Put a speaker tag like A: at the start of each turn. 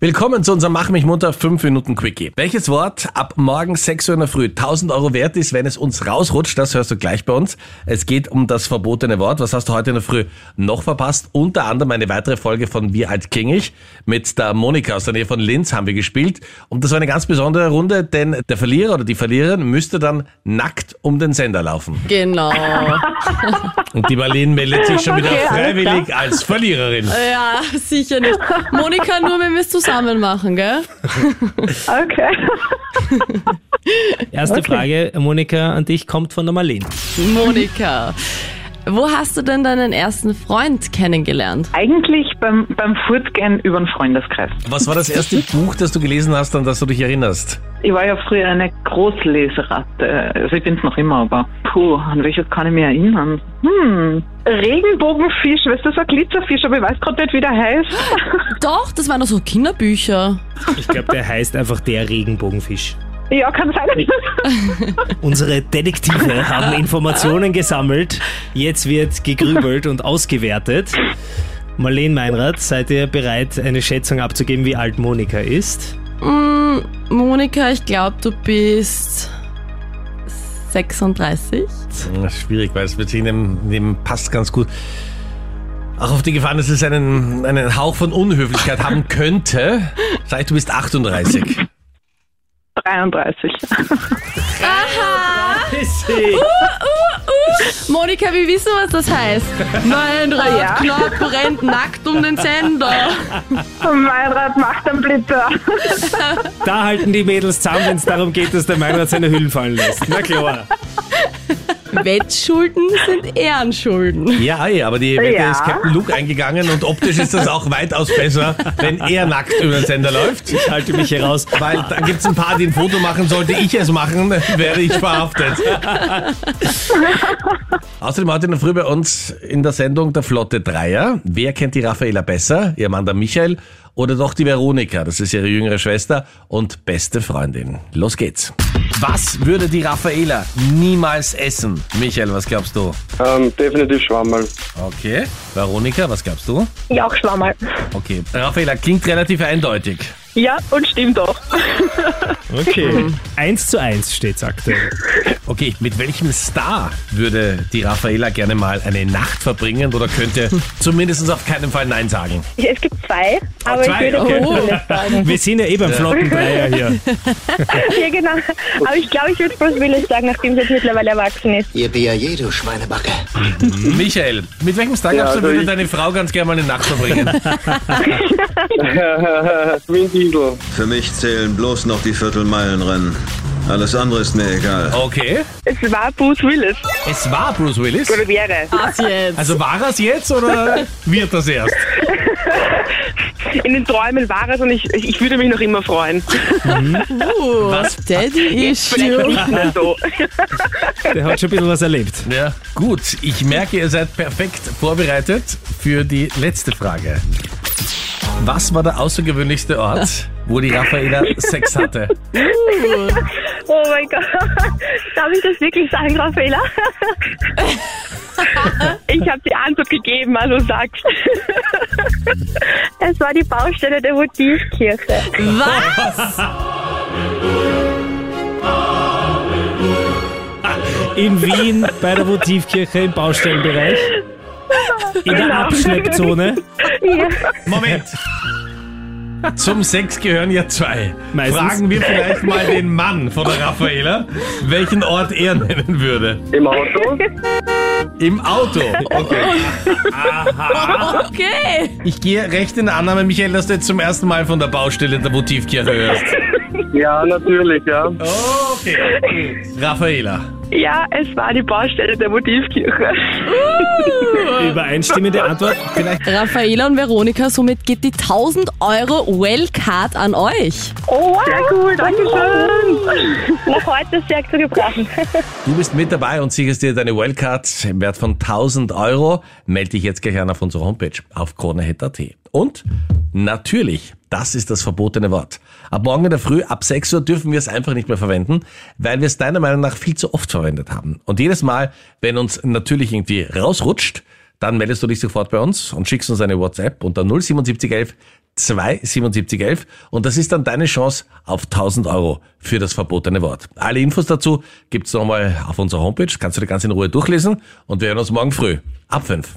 A: Willkommen zu unserem Mach mich munter 5 Minuten Quickie. Welches Wort ab morgen 6 Uhr in der Früh 1000 Euro wert ist, wenn es uns rausrutscht, das hörst du gleich bei uns. Es geht um das verbotene Wort. Was hast du heute in der Früh noch verpasst? Unter anderem eine weitere Folge von Wie alt kling ich? Mit der Monika aus der Nähe von Linz haben wir gespielt. Und das war eine ganz besondere Runde, denn der Verlierer oder die Verliererin müsste dann nackt um den Sender laufen.
B: Genau.
A: Und die Marlene meldet sich schon wieder
C: Okay, alles
A: freiwillig als Verliererin.
B: ja, sicher nicht. Monika, nur wenn wir es zusammen machen, gell?
C: Okay.
D: Erste Frage, Monika, an dich kommt von der Marlene.
B: Monika. Wo hast du denn deinen ersten Freund kennengelernt?
C: Eigentlich beim, beim Furtgehen über den Freundeskreis.
A: Was war das erste Buch, das du gelesen hast, an das du dich erinnerst?
C: Ich war ja früher eine Großleseratte. Also ich bin's noch immer, aber puh, an welches kann ich mich erinnern? Hm. Regenbogenfisch, weißt du, so ein Glitzerfisch, aber ich weiß gerade nicht, wie der heißt.
B: Doch, das waren doch so Kinderbücher.
D: Ich glaube, der heißt einfach der Regenbogenfisch.
C: Ja, kann sein.
D: Unsere Detektive haben Informationen gesammelt. Jetzt wird gegrübelt und ausgewertet. Marlene Meinrad, seid ihr bereit, eine Schätzung abzugeben, wie alt Monika ist?
B: Mm, Monika, ich glaube, du bist 36.
A: Ja, Hm, Schwierig, weil es mit dem, dem passt ganz gut. Auch auf die Gefahr, dass es einen, einen Hauch von Unhöflichkeit haben könnte. Sag ich, du bist 38.
C: 33.
B: Monika, wir wissen, was das heißt. Nein, Rad,
C: ja.
B: Knopf rennt nackt um den Sender.
C: Meinrad macht einen Blitzer.
D: Da halten die Mädels zusammen, wenn es darum geht, dass der Meinrad seine Hüllen fallen lässt. Na klar.
B: Wettschulden sind Ehrenschulden.
A: Ja, ey, aber die Wette
C: Ja.
A: ist Captain Luke eingegangen und optisch ist das auch weitaus besser, wenn er nackt über den Sender läuft.
D: Ich halte mich hier raus.
A: Weil da gibt es ein paar, die ein Foto machen. Sollte ich es machen, wäre ich verhaftet. Außerdem heute in der Früh bei uns in der Sendung der Flotte Dreier. Wer kennt die Raffaela besser? Ihr Mann der Michael oder doch die Veronika? Das ist ihre jüngere Schwester und beste Freundin. Los geht's. Was würde die Raffaela niemals essen? Michael, was glaubst du?
E: Ähm, definitiv Schwammerl.
A: Okay. Veronika, was glaubst du?
C: Ja, auch Schwammerl.
A: Okay. Raffaela klingt relativ eindeutig.
C: Ja, und stimmt auch.
D: Okay. Eins zu eins steht's aktuell.
A: Okay, mit welchem Star würde die Raffaela gerne mal eine Nacht verbringen oder könnte zumindest auf keinen Fall Nein sagen?
F: Es gibt Ah, zwei, aber
D: zwei,
F: ich würde
D: okay.
F: Bruno sagen.
D: Wir sind ja eh beim Flottendreier hier.
F: Ja, genau. Aber ich glaube, ich würde Bruce Willis sagen, nachdem sie jetzt mittlerweile erwachsen ist.
G: Ihr Bier je, du Schweinebacke.
A: Michael, mit welchem Star
E: Ja,
A: glaubst du,
E: also
A: würde
E: ich-
A: deine Frau ganz gerne mal eine Nacht verbringen?
E: Vin Diesel.
H: Für mich zählen bloß noch die Viertelmeilenrennen. Alles andere ist mir egal.
A: Okay.
F: Es war Bruce Willis.
A: Es war Bruce Willis.
F: Oder wäre.
B: Was jetzt?
A: Also war er es jetzt oder wird das erst?
F: In den Träumen war es und ich, ich ich würde mich noch immer freuen.
B: Uh, Daddy Issue.
F: Nicht so.
D: Der hat schon ein bisschen was erlebt.
A: Ja. Gut, ich merke, ihr seid perfekt vorbereitet für die letzte Frage. Was war der außergewöhnlichste Ort, wo die Raffaela Sex hatte?
F: Oh mein Gott. Darf ich das wirklich sagen, Frau Fehler? Ich habe die Antwort gegeben, also sag's. Es war die Baustelle der Motivkirche.
B: Was?
D: In Wien bei der Votivkirche im Baustellenbereich. In der Abschleppzone.
F: Ja.
A: Moment. Zum Sex gehören ja zwei.
D: Meistens.
A: Fragen wir vielleicht mal den Mann von der Raffaela, welchen Ort er nennen würde.
E: Im Auto?
A: Im Auto. Okay.
B: Okay.
A: Ich gehe recht in der Annahme, Michael, dass du jetzt zum ersten Mal von der Baustelle der Motivkirche hörst.
E: Ja, natürlich, ja.
A: Okay. Raffaela.
F: ja, es war die Baustelle der Motivkirche.
D: Übereinstimmende Antwort. Vielleicht
B: Raffaela und Veronika, somit geht die 1000 Euro Wellcard an euch.
F: Oh, wow. Sehr gut, danke schön. Noch heute sehr zu gebracht.
A: Du bist mit dabei und sicherst dir deine Wildcard im Wert von 1000 Euro. Melde dich jetzt gleich an auf unserer Homepage auf kronehit.at. Und natürlich, das ist das verbotene Wort. Ab morgen in der Früh, ab 6 Uhr dürfen wir es einfach nicht mehr verwenden, weil wir es deiner Meinung nach viel zu oft verwendet haben. Und jedes Mal, wenn uns natürlich irgendwie rausrutscht, dann meldest du dich sofort bei uns und schickst uns eine WhatsApp unter 07711 27711 und das ist dann deine Chance auf 1000 Euro für das verbotene Wort. Alle Infos dazu gibt's nochmal auf unserer Homepage, kannst du dir ganz in Ruhe durchlesen und wir hören uns morgen früh ab 5.